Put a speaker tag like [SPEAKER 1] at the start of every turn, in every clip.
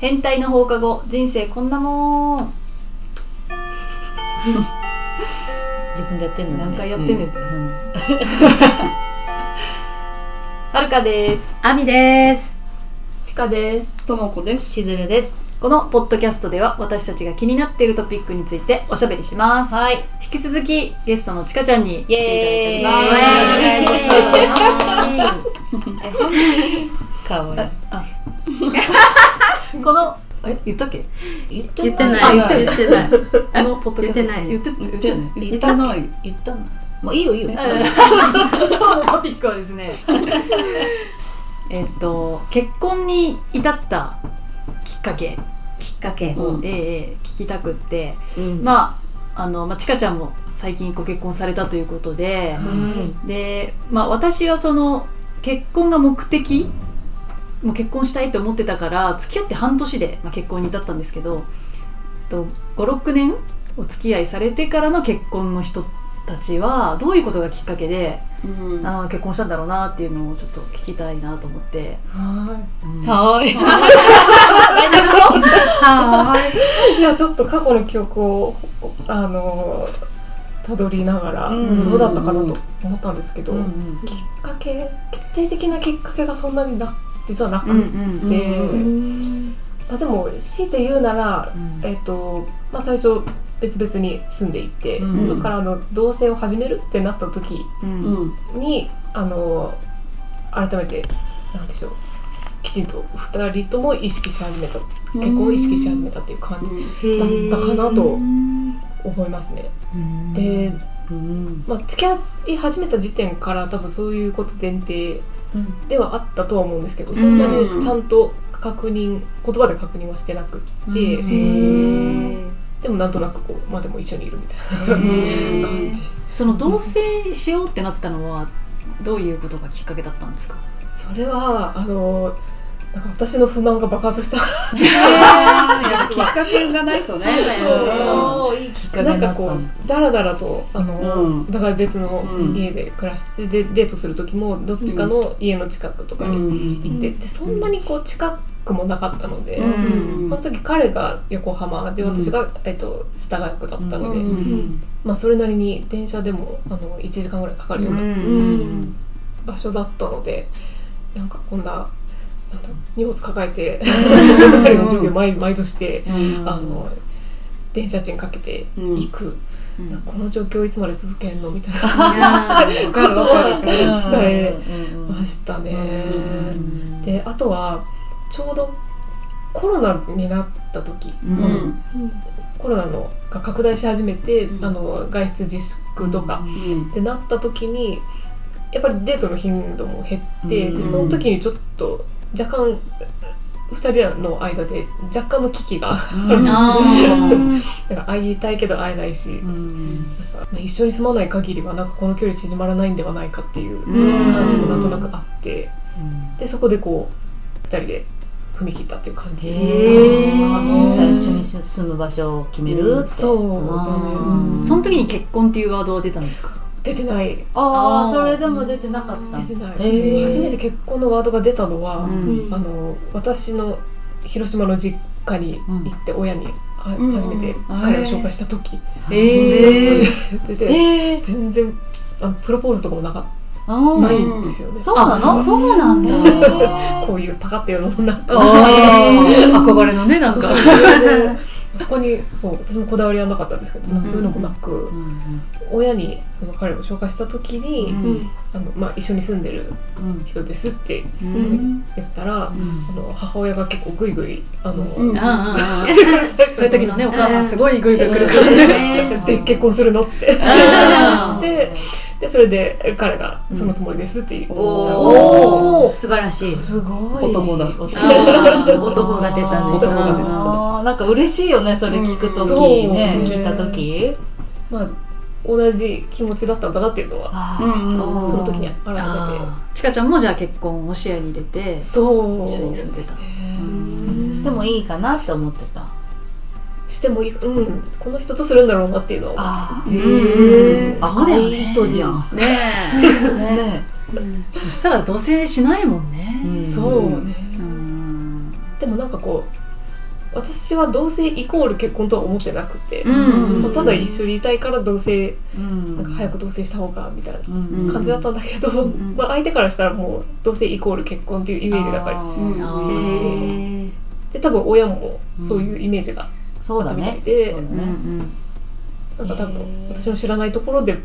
[SPEAKER 1] 変態の放課後人生こんなもん
[SPEAKER 2] 自分でやってんの
[SPEAKER 1] 何回
[SPEAKER 2] や
[SPEAKER 1] やってんねんて
[SPEAKER 2] うん
[SPEAKER 1] はるかです
[SPEAKER 2] あみです
[SPEAKER 1] ちかです
[SPEAKER 3] ともこです。
[SPEAKER 2] しずるです
[SPEAKER 1] このポッドキャストでは私たちが気になっているトピックについておしゃべりします
[SPEAKER 2] はい
[SPEAKER 1] 引き続きゲストのちかちゃんに来
[SPEAKER 2] イ
[SPEAKER 1] て
[SPEAKER 2] エーイ
[SPEAKER 1] いた
[SPEAKER 3] イエ
[SPEAKER 1] だいており
[SPEAKER 3] ーイ
[SPEAKER 2] かわい
[SPEAKER 1] ます このえ言ったっけ
[SPEAKER 2] い言っ
[SPEAKER 4] 言ってない
[SPEAKER 1] あ
[SPEAKER 2] 言
[SPEAKER 1] 言
[SPEAKER 2] っ
[SPEAKER 1] ってて
[SPEAKER 2] ない
[SPEAKER 1] る
[SPEAKER 4] 言ってない
[SPEAKER 1] このポッドキャスト
[SPEAKER 4] 言ってない
[SPEAKER 1] 言って言
[SPEAKER 3] 言
[SPEAKER 1] っ
[SPEAKER 3] ってて
[SPEAKER 1] ない
[SPEAKER 3] 言ったない。
[SPEAKER 2] 言ったんだもういいよい いよ
[SPEAKER 1] 今日のトピックはですねえっと結婚に至ったきっかけ
[SPEAKER 2] きっかけ
[SPEAKER 1] を、
[SPEAKER 3] うん
[SPEAKER 1] ええええ聞きたくって、
[SPEAKER 2] うん
[SPEAKER 1] まああの、まあ、ちかちゃんも最近ご結婚されたということで、
[SPEAKER 2] うん
[SPEAKER 1] で、まあ、私はその結婚が目的もう結婚したいと思ってたから付き合って半年で、まあ、結婚に至ったんですけどえっと56年お付き合いされてからの結婚の人たちはどういうことがきっかけで、
[SPEAKER 3] うん。
[SPEAKER 1] あー結婚したんだろうなっていうのをちょっと聞きたいなと思って、うん
[SPEAKER 2] はい
[SPEAKER 4] はい
[SPEAKER 5] やちょっと過去の記憶をあのたどりながら
[SPEAKER 2] うん
[SPEAKER 5] どうだったかなと思ったんですけど、
[SPEAKER 2] うんう
[SPEAKER 5] き
[SPEAKER 2] ん
[SPEAKER 5] っかけ決定的なきっかけがそんなにな実はな
[SPEAKER 1] うんう
[SPEAKER 5] くて、
[SPEAKER 1] ん
[SPEAKER 5] まあ、でも強いて言うなら、
[SPEAKER 1] うん
[SPEAKER 5] えっとまあ、最初別々に住んでいて、
[SPEAKER 2] うん
[SPEAKER 5] そこからあの同棲を始めるってなった時
[SPEAKER 1] うん
[SPEAKER 3] うん。
[SPEAKER 5] にあの改めてなんでしょうきちんと2人とも意識し始めた結婚を意識し始めたっていう感じだったかなと思いますね。で、
[SPEAKER 2] うん
[SPEAKER 5] まあ、付き合い始めた時点から多分そういうこと前提ではあったとは思うんですけど、そんなにちゃんと確認言葉で確認はしてなくって、
[SPEAKER 2] うん
[SPEAKER 1] へー
[SPEAKER 5] でもなんとなくこう、まあ、でも一緒にいるみたい
[SPEAKER 1] へー
[SPEAKER 5] な感じ。
[SPEAKER 1] その同棲しようってなったのはどういうことがきっかけだったんですか
[SPEAKER 5] それはあのなんか私の不満が爆発した
[SPEAKER 3] やっぱきっかけがないとね。
[SPEAKER 5] よ
[SPEAKER 2] いいきっかけ
[SPEAKER 5] な
[SPEAKER 2] に
[SPEAKER 5] ん
[SPEAKER 2] な
[SPEAKER 5] か
[SPEAKER 2] った
[SPEAKER 5] こ
[SPEAKER 2] の
[SPEAKER 5] うだらだらとあの、
[SPEAKER 3] うん
[SPEAKER 5] お互い別の
[SPEAKER 3] うん
[SPEAKER 5] 家で暮らして、でデートする時もどっちかの家の近くとか
[SPEAKER 3] う
[SPEAKER 5] に
[SPEAKER 3] ん。
[SPEAKER 5] 行って、でそんなにこう近くもなかったので、
[SPEAKER 3] う
[SPEAKER 5] そ
[SPEAKER 3] ん。
[SPEAKER 5] の時彼が横浜で
[SPEAKER 3] うん
[SPEAKER 5] 私が、えっと世田谷区だったので、
[SPEAKER 3] うん。
[SPEAKER 5] まあ、それなりに電車でもあの1時間ぐらいかかるような場所だったので、なんかこんななんだろう荷物抱えて世田谷の準備を 毎毎度して、あの電車賃かけて行く、
[SPEAKER 1] うん
[SPEAKER 5] なんかこの状況いつまで続けんのみたいな
[SPEAKER 1] う
[SPEAKER 3] わかるわかる。
[SPEAKER 5] 伝え
[SPEAKER 2] うん
[SPEAKER 5] ましたね。
[SPEAKER 2] うん
[SPEAKER 5] であとはちょうどコロナになった時
[SPEAKER 3] うん。
[SPEAKER 5] コロナのが拡大し始めて、
[SPEAKER 3] うん
[SPEAKER 5] あの外出自粛とか
[SPEAKER 3] うん。
[SPEAKER 5] ってなった時にやっぱりデートの頻度も減って、
[SPEAKER 2] うん
[SPEAKER 5] でその時にちょっと若干2人の間で若干の危機が だから会いたいけど会えないし、まあ一緒に住まない限りはなんかこの距離縮まらないんではないかっていう
[SPEAKER 1] うん
[SPEAKER 5] 感じもなんとなくあって、でそこでこう2人で踏み切ったっていう感じ
[SPEAKER 2] へ
[SPEAKER 5] です
[SPEAKER 2] ー
[SPEAKER 5] ね
[SPEAKER 2] じゃあ一緒に住む場所を決めるって
[SPEAKER 5] そうだね、
[SPEAKER 2] あー
[SPEAKER 1] その時に結婚っていうワードは出たんですか
[SPEAKER 5] 出てない出
[SPEAKER 2] ああそれでも出てなかった
[SPEAKER 5] てない、
[SPEAKER 2] へー
[SPEAKER 5] 初めて結婚のワードが出たのは、
[SPEAKER 1] うん
[SPEAKER 5] あの私の広島の実家に行って親に、あ
[SPEAKER 3] うん
[SPEAKER 5] 初めて彼を紹介した時、
[SPEAKER 1] ええ
[SPEAKER 5] 出て、
[SPEAKER 2] ええ
[SPEAKER 5] 全然あのプロポーズとかもなかっ
[SPEAKER 2] あ
[SPEAKER 5] た、
[SPEAKER 2] ー
[SPEAKER 5] ないんですよね
[SPEAKER 2] そうなの
[SPEAKER 1] そう なんだ
[SPEAKER 5] こういうパカっていうのもなく
[SPEAKER 1] 憧れのねなんか
[SPEAKER 5] そこにそう私もこだわりはなかったんですけど、なんかそういうのもなく、親にその彼を紹介した時に、あのまあ、一緒に住んでる人ですって言ったら、あの母親が結構グイグイあの、
[SPEAKER 3] うん
[SPEAKER 1] そういう時のねお母さんすごいグイグイ来るから
[SPEAKER 2] ね
[SPEAKER 5] で結婚するのって
[SPEAKER 2] あ
[SPEAKER 5] ででそれで彼がそのつもりですって言った
[SPEAKER 2] おー素晴らしい
[SPEAKER 5] すご
[SPEAKER 3] お友だ。
[SPEAKER 2] 男が出たね
[SPEAKER 3] 男が出た
[SPEAKER 2] あーなんか嬉しいよねそれ聞くときね
[SPEAKER 5] うんそう
[SPEAKER 2] 聞いたとき
[SPEAKER 5] まあ同じ気持ちだったんだなっていうのは
[SPEAKER 2] あ
[SPEAKER 3] う
[SPEAKER 2] ー
[SPEAKER 3] ん。
[SPEAKER 2] うん
[SPEAKER 5] その時に改めて
[SPEAKER 1] ちかちゃんもじゃあ結婚を視野に入れて
[SPEAKER 5] そう
[SPEAKER 1] 一緒に住んでた
[SPEAKER 5] ね
[SPEAKER 2] してもいいかなって思ってた
[SPEAKER 5] してもいいうんこの人とするんだろうなっていうのは
[SPEAKER 2] あ
[SPEAKER 1] へ
[SPEAKER 2] あ赤い糸じゃん
[SPEAKER 3] ねえ。ね
[SPEAKER 2] ね
[SPEAKER 1] そしたら同棲しないもんね
[SPEAKER 5] そうね
[SPEAKER 1] うん
[SPEAKER 5] でもなんかこう私は同性イコール結婚とは思ってなくて、
[SPEAKER 2] うん
[SPEAKER 5] もうただ一緒にいたいから同性
[SPEAKER 2] うん
[SPEAKER 5] なんか早く同棲した方がみたいな
[SPEAKER 2] うん
[SPEAKER 5] 感じだったんだけど、まあ、相手からしたらもう同性イコール結婚っていうイメージがやっぱり
[SPEAKER 2] うん
[SPEAKER 3] うん
[SPEAKER 1] あ
[SPEAKER 2] へ
[SPEAKER 1] ー
[SPEAKER 5] で多分親もそういうイメージが
[SPEAKER 2] そうだ
[SPEAKER 5] みた
[SPEAKER 2] ね
[SPEAKER 5] いで、
[SPEAKER 2] そうだ
[SPEAKER 3] うん
[SPEAKER 2] ねへ
[SPEAKER 5] なんか多
[SPEAKER 2] ー
[SPEAKER 5] 分私の知らないところで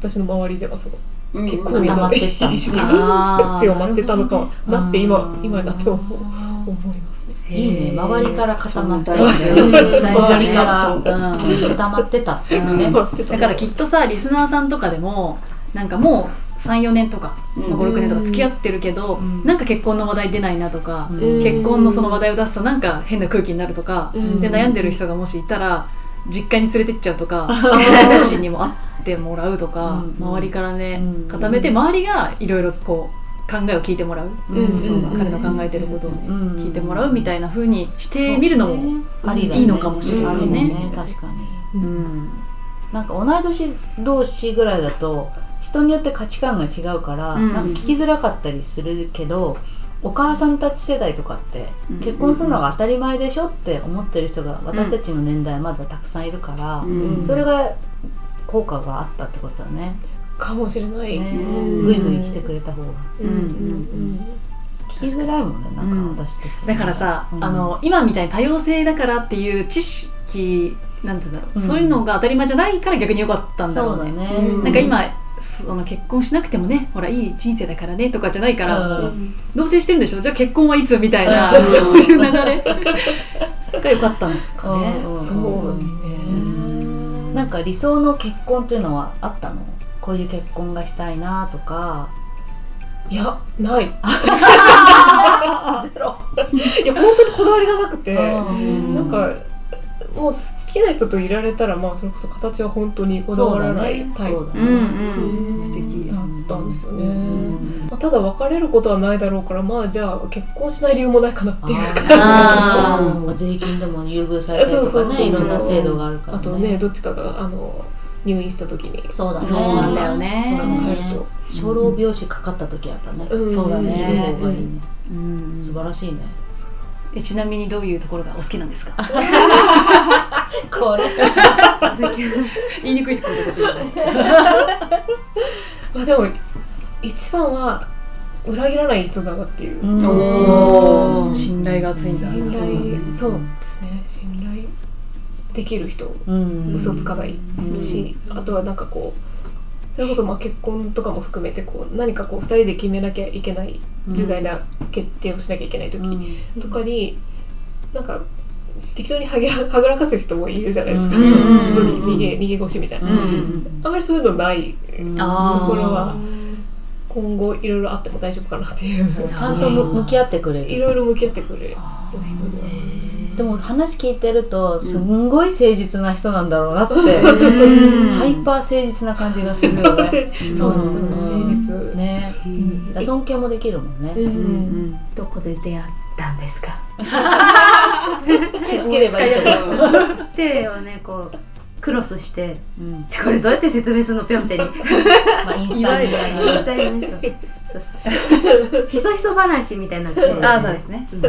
[SPEAKER 5] 私の周りではその
[SPEAKER 3] うん
[SPEAKER 5] 結婚へ
[SPEAKER 2] 固ま
[SPEAKER 5] の
[SPEAKER 2] ってったん
[SPEAKER 5] 意
[SPEAKER 2] です
[SPEAKER 5] 識
[SPEAKER 2] ね
[SPEAKER 5] が
[SPEAKER 1] あー
[SPEAKER 5] 強まってたのかはなって
[SPEAKER 2] あ
[SPEAKER 5] 今
[SPEAKER 2] ー
[SPEAKER 5] 今だと思う思いますね。
[SPEAKER 2] いいね周りから固まって
[SPEAKER 3] そうだよね
[SPEAKER 2] 周り
[SPEAKER 1] そう
[SPEAKER 2] か
[SPEAKER 1] だね
[SPEAKER 2] ら固まってたっていうね
[SPEAKER 1] だからきっとさリスナーさんとかでもなんかもう34年とか、まあ、
[SPEAKER 3] うん
[SPEAKER 1] 56年とか付き合ってるけど、
[SPEAKER 2] ん
[SPEAKER 1] なんか結婚の話題出ないなとか、
[SPEAKER 2] うん
[SPEAKER 1] 結婚のその話題を出すとなんか変な空気になるとか、
[SPEAKER 5] うん
[SPEAKER 1] で悩んでる人がもしいたら実家に連れてっちゃうとか両親にも会ってもらうとか、
[SPEAKER 2] うん
[SPEAKER 1] 周りからね、
[SPEAKER 2] うん
[SPEAKER 1] 固めて周りがいろいろこう考えを聞いてもらう、
[SPEAKER 5] うん
[SPEAKER 1] そうだ
[SPEAKER 5] うん
[SPEAKER 1] 彼の考えてることをね、
[SPEAKER 2] うん
[SPEAKER 1] 聞いてもらうみたいな風にしてみるのも、
[SPEAKER 2] ありだよね
[SPEAKER 1] いいのかもしれないね
[SPEAKER 2] ありだ確かに
[SPEAKER 1] うん
[SPEAKER 2] なんか同い年同士ぐらいだと人によって価値観が違うから、
[SPEAKER 1] うん
[SPEAKER 2] なんか聞きづらかったりするけどお母さんたち世代とかって
[SPEAKER 3] うん
[SPEAKER 2] 結婚するのが当たり前でしょって思ってる人が私たちの年代まだたくさんいるから、
[SPEAKER 3] うん
[SPEAKER 2] それが効果があったってことだね。
[SPEAKER 5] かもしれない。
[SPEAKER 2] ね
[SPEAKER 3] うん
[SPEAKER 2] ぐいぐい来てくれた方が
[SPEAKER 5] うんうん
[SPEAKER 2] 聞きづらいもんねなん
[SPEAKER 1] うん
[SPEAKER 2] か私たちの、
[SPEAKER 1] だからさ、
[SPEAKER 2] うん
[SPEAKER 1] あの今みたいに多様性だからっていう知識なんて言うんだろう、
[SPEAKER 2] うん
[SPEAKER 1] そういうのが当たり前じゃないから逆に良かったんだ
[SPEAKER 2] そ
[SPEAKER 1] ろ
[SPEAKER 2] う
[SPEAKER 1] う
[SPEAKER 2] だ
[SPEAKER 1] ね
[SPEAKER 2] ね、
[SPEAKER 3] うん
[SPEAKER 1] なんか今その結婚しなくてもねほらいい人生だからねとかじゃないから、
[SPEAKER 2] うん
[SPEAKER 1] 同棲してるんでしょじゃあ結婚はいつみたいな、 そういう流れが良かったのかね、
[SPEAKER 2] うん
[SPEAKER 5] そうですね。
[SPEAKER 2] なんか理想の結婚っていうのはあったのこういう結婚がしたいなとか
[SPEAKER 5] いやない。い や本当にこだわりがなくて、
[SPEAKER 2] うん
[SPEAKER 5] なんかもう好きな人といられたらまあそれこそ形は本当にこだわらないタイプ
[SPEAKER 2] そうだ
[SPEAKER 1] う
[SPEAKER 2] ね
[SPEAKER 1] ん
[SPEAKER 3] うん
[SPEAKER 1] 素敵
[SPEAKER 5] だったんですよね。
[SPEAKER 2] うん
[SPEAKER 5] まあただ別れることはないだろうからまあじゃあ結婚しない理由もないかなっていうか
[SPEAKER 1] あー
[SPEAKER 2] うん税金でも優遇されたりと
[SPEAKER 5] そう
[SPEAKER 2] か
[SPEAKER 5] そうそう
[SPEAKER 2] ねいろんな制度があるから
[SPEAKER 5] あとねどっちかがあの入院した時に考
[SPEAKER 2] そうだね
[SPEAKER 1] そうなんだよ
[SPEAKER 2] そう
[SPEAKER 1] ね
[SPEAKER 2] だ
[SPEAKER 5] え
[SPEAKER 2] ね
[SPEAKER 5] ると
[SPEAKER 2] 小老病死かかった時はやっぱね、
[SPEAKER 5] うん
[SPEAKER 1] そうだね
[SPEAKER 2] うんいいね
[SPEAKER 1] うん
[SPEAKER 2] 素晴らしいね
[SPEAKER 1] えちなみにどういうところがお好きなんですか
[SPEAKER 2] これ
[SPEAKER 1] 言いにくいところとか
[SPEAKER 5] まあでも一番は裏切らない人だなっていう、
[SPEAKER 2] ん
[SPEAKER 1] おー信頼が厚いんだそう
[SPEAKER 5] 信
[SPEAKER 1] なんだ
[SPEAKER 5] 頼そうですね信頼できる人
[SPEAKER 2] うん
[SPEAKER 5] 嘘つかないし、あとはなんかこうそれこそまあ結婚とかも含めてこう何かこう2人で決めなきゃいけない重大な決定をしなきゃいけない時
[SPEAKER 2] うん
[SPEAKER 5] とかに、なんか適当にはげら はぐらかせる人もいるじゃないですか、
[SPEAKER 2] うん
[SPEAKER 1] うん
[SPEAKER 5] ちょっと逃げ逃げ腰みたいな、
[SPEAKER 2] うんうん
[SPEAKER 5] あんまりそういうのない
[SPEAKER 2] うん
[SPEAKER 5] と
[SPEAKER 1] あー
[SPEAKER 5] ころは今後いろいろあっても大丈夫かなっていう
[SPEAKER 2] ちゃんとむ向き合ってくれる
[SPEAKER 5] いろいろ向き合ってくれる人では
[SPEAKER 2] でも話聞いてるとすんごい誠実な人なんだろうなって、ハイパー誠実な感じがするよ ね。
[SPEAKER 5] そうなんですよ
[SPEAKER 2] うん
[SPEAKER 5] 誠実
[SPEAKER 2] ね、だから尊敬もできるもんね。
[SPEAKER 5] うん
[SPEAKER 4] どこで出会ったんですか
[SPEAKER 2] 手つければいいけど。
[SPEAKER 4] 手をねこうクロスして
[SPEAKER 2] うん
[SPEAKER 4] ちょこれどうやって説明するのぴょんてに
[SPEAKER 2] まあインスタにね。
[SPEAKER 4] 下にねそうそうひそひそ話みたいな
[SPEAKER 2] うん
[SPEAKER 1] ああそうですね
[SPEAKER 4] うんうん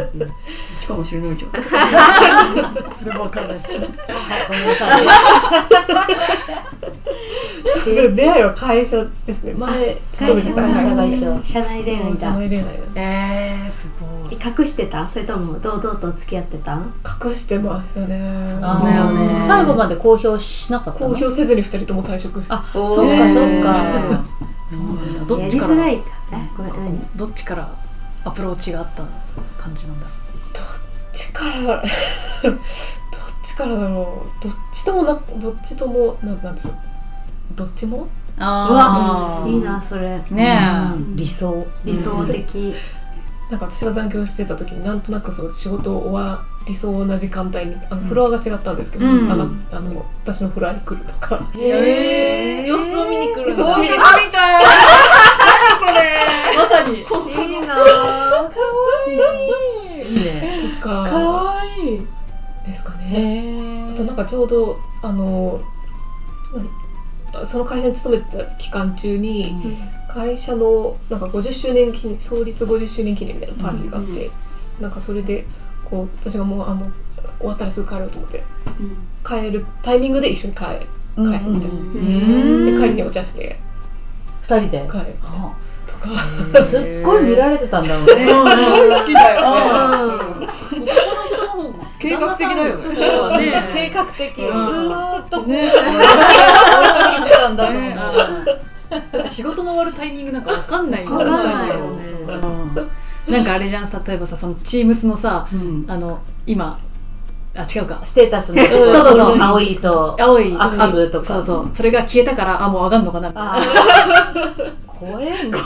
[SPEAKER 3] かもしれないじゃん
[SPEAKER 1] それもわかんない
[SPEAKER 2] はい、ごめんなさい。
[SPEAKER 5] そう出会いは会社ですね前勤めてた
[SPEAKER 2] 会社が一緒
[SPEAKER 4] 社内恋愛
[SPEAKER 5] 社
[SPEAKER 4] だ
[SPEAKER 5] 内恋愛
[SPEAKER 1] えー、すごい
[SPEAKER 4] 隠してたそれとも堂々と付き合ってた
[SPEAKER 5] 隠してましたね
[SPEAKER 1] うだよね
[SPEAKER 2] あー最後まで公表しなかった
[SPEAKER 5] 公
[SPEAKER 2] の。
[SPEAKER 5] 表せずに2人とも退職して
[SPEAKER 2] あ、そっかそっか。
[SPEAKER 1] ど
[SPEAKER 4] や
[SPEAKER 1] っ
[SPEAKER 4] り
[SPEAKER 1] ちか
[SPEAKER 4] づら
[SPEAKER 1] ら
[SPEAKER 4] いからえごめん何
[SPEAKER 1] どっちからアプローチがあった感じなんだ
[SPEAKER 5] どっちから どっちからだろうどっちともなどっちともななんでしょうどっちも
[SPEAKER 1] あ
[SPEAKER 4] いいなそれ
[SPEAKER 1] ね
[SPEAKER 2] うん理想。
[SPEAKER 4] 理想的
[SPEAKER 5] なんか私が残業してた時になんとなくそう仕事終わりそうな時間帯にあのフロアが違ったんですけど、
[SPEAKER 1] うん
[SPEAKER 5] 上があの私のフロアに来るとか、
[SPEAKER 2] ええ。様子を見に来るんだ。
[SPEAKER 3] 豪華みたい
[SPEAKER 1] えまさに
[SPEAKER 4] いいな
[SPEAKER 5] とか
[SPEAKER 2] 可愛い。
[SPEAKER 5] ですか
[SPEAKER 2] へ
[SPEAKER 5] ね。
[SPEAKER 2] え
[SPEAKER 5] あとなんかちょうどあのなんその会社に勤めてた期間中に、会社のなんか50周年記念創立50周年記念みたいなパーティーがあって、なんかそれでこう私がもうあの終わったらすぐ帰ろうと思って
[SPEAKER 3] うん
[SPEAKER 5] 帰るタイミングで一緒に帰る
[SPEAKER 2] うんうん
[SPEAKER 5] 帰るみたいな、
[SPEAKER 1] うん
[SPEAKER 5] で帰りにお茶して
[SPEAKER 2] 二人で
[SPEAKER 5] 帰る
[SPEAKER 1] あ
[SPEAKER 5] とか
[SPEAKER 2] すっごい見られてたんだろう ね
[SPEAKER 3] ねすごい好きだよね
[SPEAKER 1] 男の人の方が
[SPEAKER 3] 計画的だよね
[SPEAKER 1] そうね
[SPEAKER 2] 計画的ずーっと追い
[SPEAKER 3] ね
[SPEAKER 2] かけてたんだと思う
[SPEAKER 3] ね
[SPEAKER 1] だって仕事の終わるタイミングなんかわかんないもん
[SPEAKER 3] わか
[SPEAKER 4] んないよね
[SPEAKER 1] うんなんかあれじゃん例えばさそのチームスのさ
[SPEAKER 3] うん
[SPEAKER 1] あの今あ違うか
[SPEAKER 2] ステータスの
[SPEAKER 1] そうそうそう
[SPEAKER 2] 青いと
[SPEAKER 1] 青い
[SPEAKER 2] アクティブとか
[SPEAKER 1] そうそうそれが消えたからあもう上がんのかなみたいな
[SPEAKER 2] あー怖えんだ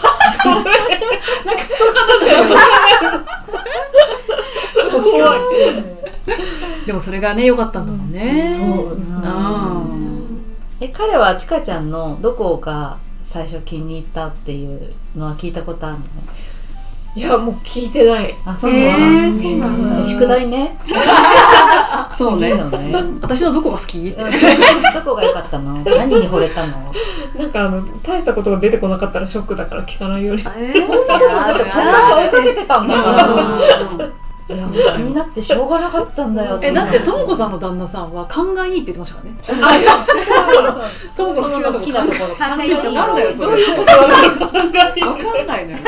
[SPEAKER 1] 怖いでもそれがね良かったんだもんね
[SPEAKER 3] そうですね
[SPEAKER 1] あ
[SPEAKER 2] え彼はちかちゃんのどこが最初気に入ったっていうのは聞いたことあるの
[SPEAKER 5] いやもう聞いてない
[SPEAKER 2] あそう
[SPEAKER 1] へ
[SPEAKER 2] なの
[SPEAKER 1] ー
[SPEAKER 3] そうなん
[SPEAKER 2] じゃあ宿題ね
[SPEAKER 3] そうね
[SPEAKER 2] いいのねうん
[SPEAKER 1] 私のどこが好きって
[SPEAKER 2] どこが良かったの何に惚れたの
[SPEAKER 5] なんかあの大したことが出てこなかったらショックだから聞かないように
[SPEAKER 4] えー
[SPEAKER 2] そんなことだってこんなに追いかけてたんだからいやもう気になってしょうがなかったんだよ
[SPEAKER 1] えだって
[SPEAKER 2] と
[SPEAKER 1] ともこさんの旦那さんは勘がいいって言ってましたからね
[SPEAKER 2] ともこの好きなところ
[SPEAKER 4] 考えて
[SPEAKER 3] なんだよそれわかんないね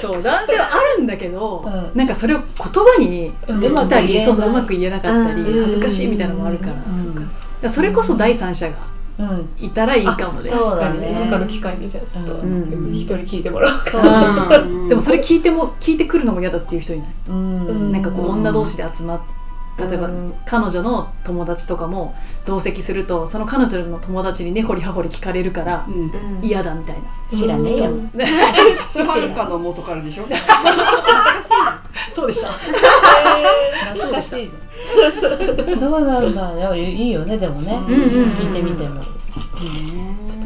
[SPEAKER 1] そう男性はあるんだけど、
[SPEAKER 2] う
[SPEAKER 1] なんかそれを言葉にできたり、
[SPEAKER 2] うん
[SPEAKER 1] そうそううまく言えなかったり、
[SPEAKER 2] うん
[SPEAKER 1] 恥ずかしいみたいなのもあるから,、
[SPEAKER 2] うん
[SPEAKER 1] それこそ第三者が
[SPEAKER 2] うん
[SPEAKER 1] いたらいいかもね
[SPEAKER 2] あそうだね
[SPEAKER 5] なんかの機会にじゃあちょっと
[SPEAKER 1] うん
[SPEAKER 5] 一人聞いてもらおうか
[SPEAKER 1] うんでもそれ聞いても聞いてくるのも嫌だっていう人いない、
[SPEAKER 2] うん
[SPEAKER 1] なんかこう女同士で集まって例えば、
[SPEAKER 2] うん
[SPEAKER 1] 彼女の友達とかも同席するとその彼女の友達に根掘り葉掘り聞かれるから
[SPEAKER 3] うん
[SPEAKER 1] 嫌だみたいな、
[SPEAKER 2] 知らねえよ
[SPEAKER 3] それはるかの元からでしょ
[SPEAKER 1] そうでした
[SPEAKER 2] 懐かしいねそうなんだいやいいよねでもね、
[SPEAKER 3] うんうん
[SPEAKER 1] うん
[SPEAKER 2] 聞いてみても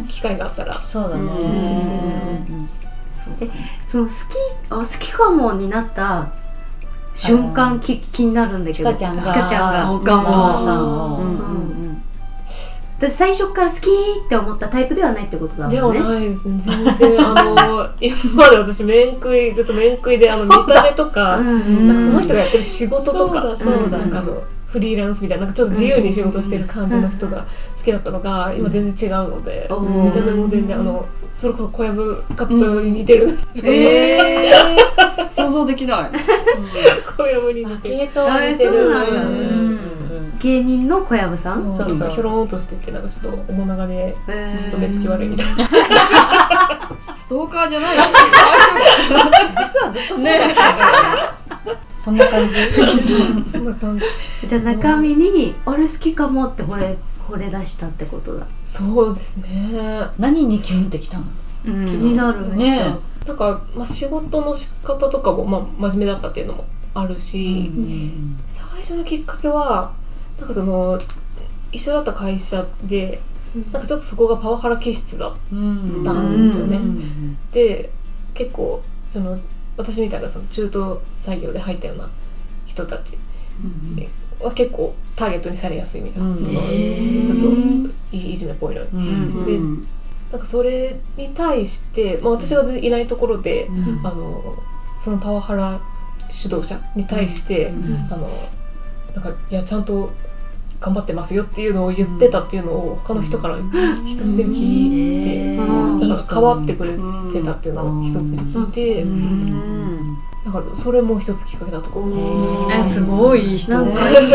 [SPEAKER 5] 機会があったら
[SPEAKER 2] そうだ
[SPEAKER 3] うん
[SPEAKER 2] ね
[SPEAKER 4] その好きあ好きかもになった瞬間き気になるんだけ
[SPEAKER 2] ち
[SPEAKER 4] ど
[SPEAKER 2] かちゃんが
[SPEAKER 4] ちかちゃん
[SPEAKER 1] あ
[SPEAKER 4] が
[SPEAKER 1] そうか
[SPEAKER 2] お母
[SPEAKER 1] も
[SPEAKER 2] さんを、
[SPEAKER 1] うん
[SPEAKER 4] だって最初から好きって思ったタイプではないってことだ
[SPEAKER 5] で
[SPEAKER 4] も
[SPEAKER 5] は
[SPEAKER 4] んね
[SPEAKER 5] ないですね全然 あの今まで私面食いずっと面食いであの見た目とか,、
[SPEAKER 4] うん
[SPEAKER 1] ん
[SPEAKER 5] なんかその人がやってる仕事とか
[SPEAKER 2] そうだそうだ
[SPEAKER 5] なんかあのフリーランスみたいななんかちょっと自由に仕事してる感じの人が好きだったのが今全然違うので、見た目も全然あのそれこそ小籔活動に似て る、
[SPEAKER 3] えー想像できない
[SPEAKER 5] 小籔に似てる。
[SPEAKER 2] 系統は似て
[SPEAKER 4] あそ
[SPEAKER 2] る
[SPEAKER 4] うなんだ
[SPEAKER 2] うん
[SPEAKER 4] 芸人の小籔さん、
[SPEAKER 2] そうそう
[SPEAKER 5] ひょろんとしててなんかちょっと面長でちょっと目つき悪いみたい な、
[SPEAKER 3] ストーカーじゃないよ大
[SPEAKER 2] 実はずっと
[SPEAKER 3] 丈夫ね
[SPEAKER 2] そんな感じ
[SPEAKER 5] そんな感じ
[SPEAKER 4] じゃあ中身に「あれ好きかも」って惚れ惚れ出したってことだ
[SPEAKER 5] そうですね
[SPEAKER 2] 何にキュンってきたの
[SPEAKER 4] 気になるね
[SPEAKER 2] ねえ
[SPEAKER 5] なんか、まあ、仕事の仕方とかも、まあ、真面目だったっていうのもあるし、最初のきっかけはなんかその一緒だった会社でなんかちょっとそこがパワハラ気質だっ
[SPEAKER 2] うん
[SPEAKER 5] たんですよね、
[SPEAKER 2] うん
[SPEAKER 5] で結構その私みたいなその中途採用で入ったような人たちは結構ターゲットにされやすいみたいな、
[SPEAKER 2] うん
[SPEAKER 5] そのちょっといじめっぽいのに
[SPEAKER 2] うん
[SPEAKER 5] でなんかそれに対して、まあ、私がいないところで、あのそのパワハラ指導者に対して、
[SPEAKER 2] ん
[SPEAKER 5] あのなんかいやちゃんと頑張ってますよっていうのを言ってたっていうのを他の人から一つで聞いて、
[SPEAKER 4] うん
[SPEAKER 5] なんか変わってくれて
[SPEAKER 3] うん
[SPEAKER 5] たっていうのを一つで聞いて、なんかそれも一つきっかけだとか、
[SPEAKER 1] えすごいいい人
[SPEAKER 4] なんかいい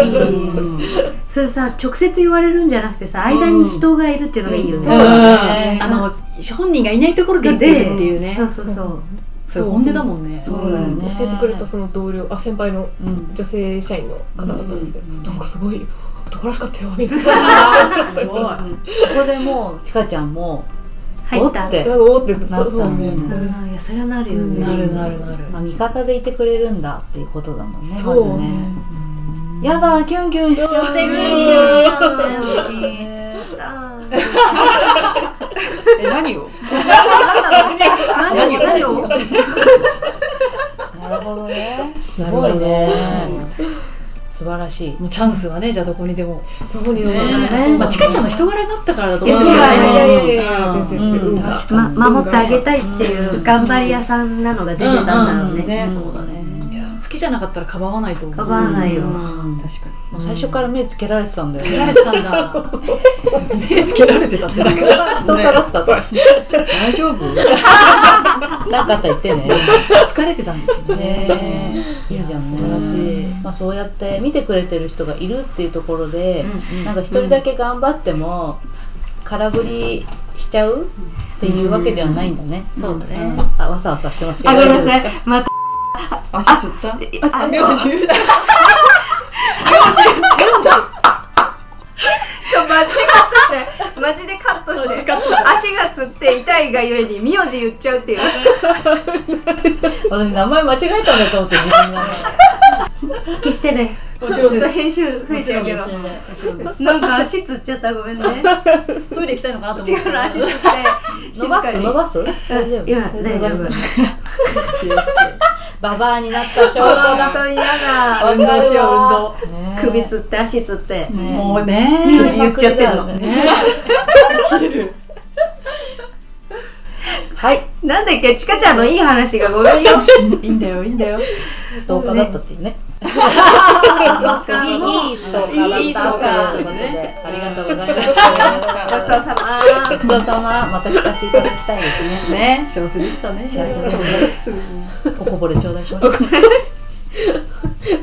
[SPEAKER 4] それさ直接言われるんじゃなくてさ間に人がいるっていうのがいいよ
[SPEAKER 2] そう
[SPEAKER 4] ね、
[SPEAKER 2] だね
[SPEAKER 1] あの本人がいないところで言ってるっていうね
[SPEAKER 4] そうそうそう
[SPEAKER 1] それ本音だもんね
[SPEAKER 2] そうだよね
[SPEAKER 5] 教えてくれたその同僚あ先輩の
[SPEAKER 2] うん
[SPEAKER 5] 女性社員の方だったんですけど、なんかすごい男らしかったよみたいな。
[SPEAKER 1] すごい
[SPEAKER 2] そこでもうちかちゃんも
[SPEAKER 4] 入った
[SPEAKER 2] おって
[SPEAKER 5] なんかおって
[SPEAKER 2] なった
[SPEAKER 5] そうそうね、
[SPEAKER 2] うん
[SPEAKER 5] そこで
[SPEAKER 4] うんいやそれはなるよね、
[SPEAKER 1] なるなるなる
[SPEAKER 2] まあ、味方でいてくれるんだっていうことだもんね
[SPEAKER 5] そう
[SPEAKER 2] まずねやだキュンキュンしちゃう
[SPEAKER 3] え何を
[SPEAKER 4] 何を何を
[SPEAKER 2] なるほどねすごいね素晴らしい
[SPEAKER 1] もうチャンスはねじゃあどこにでも
[SPEAKER 5] どこにいるのかな
[SPEAKER 4] ね
[SPEAKER 1] まあちかちゃんの人柄だったからだと
[SPEAKER 5] い
[SPEAKER 1] 思
[SPEAKER 5] や
[SPEAKER 1] う
[SPEAKER 5] い
[SPEAKER 1] んです
[SPEAKER 5] やいやいやい
[SPEAKER 1] けど
[SPEAKER 5] やいや全然
[SPEAKER 2] うん
[SPEAKER 5] 運が
[SPEAKER 2] 確
[SPEAKER 4] ま、守ってあげたいっていう頑張り屋さんなのが出てたんだろうね,、
[SPEAKER 3] ねそうだね
[SPEAKER 1] 好きじゃなかったらかばわないと思う
[SPEAKER 4] かばわないよ
[SPEAKER 1] うんも
[SPEAKER 3] 確かに
[SPEAKER 2] もう最初から目つけられてたんだよ
[SPEAKER 1] う
[SPEAKER 2] ね
[SPEAKER 1] やられてたんだ手つけられてたって
[SPEAKER 2] そこからストーカーだったと
[SPEAKER 3] 大丈夫
[SPEAKER 2] なんかあったら言ってね
[SPEAKER 1] 疲れてたんですよね
[SPEAKER 2] ねいいじゃんね
[SPEAKER 1] 素晴らしい
[SPEAKER 2] まあ、そうやって見てくれてる人がいるっていうところで、なんか一人だけ頑張っても空振りしちゃうっていうわけではないんだね、
[SPEAKER 1] そうだね
[SPEAKER 2] あわさわさしてますけ
[SPEAKER 4] あ
[SPEAKER 2] ど
[SPEAKER 4] ごめんなさ
[SPEAKER 2] い
[SPEAKER 4] いま
[SPEAKER 3] 足つった
[SPEAKER 4] たあ
[SPEAKER 3] 両十
[SPEAKER 4] ちょマジでカットしてマジでカットして足がつって痛いがゆえに名字言っちゃうっていう
[SPEAKER 2] 私名前間違えたんだと思って自分の名前
[SPEAKER 4] 消してね
[SPEAKER 1] もち
[SPEAKER 4] ちょ
[SPEAKER 1] ろん
[SPEAKER 4] っと
[SPEAKER 1] です
[SPEAKER 4] 編集増えちゃうけどなんか足つっちゃったごめんね
[SPEAKER 1] トイレ行きたいのかなと思
[SPEAKER 4] 違
[SPEAKER 1] って
[SPEAKER 4] うの足つって
[SPEAKER 2] 伸
[SPEAKER 4] 静
[SPEAKER 2] ば
[SPEAKER 4] か
[SPEAKER 2] す
[SPEAKER 4] に
[SPEAKER 2] 伸ばす大丈夫
[SPEAKER 4] 今大丈夫
[SPEAKER 2] ババアになった証拠
[SPEAKER 4] 本
[SPEAKER 2] だ
[SPEAKER 4] 当に嫌だ
[SPEAKER 1] 運動しよ
[SPEAKER 2] ね
[SPEAKER 4] 首つって足つって
[SPEAKER 1] う運
[SPEAKER 2] ね
[SPEAKER 1] 動もうね
[SPEAKER 4] 名字言っちゃってんの
[SPEAKER 2] ね
[SPEAKER 4] はいなんだっけちかちゃんのいい話がごめんよ
[SPEAKER 1] いいんだよいいんだよ
[SPEAKER 2] ストーカーだったっていうねいいいいストーカーだった
[SPEAKER 4] いいストーカー
[SPEAKER 2] ということでありがとうございま
[SPEAKER 4] ごちそうさ
[SPEAKER 2] すごちそうさままた聞かせていただきたいですね
[SPEAKER 1] ね幸せでしたね
[SPEAKER 2] 幸せですねおこぼれ頂戴しました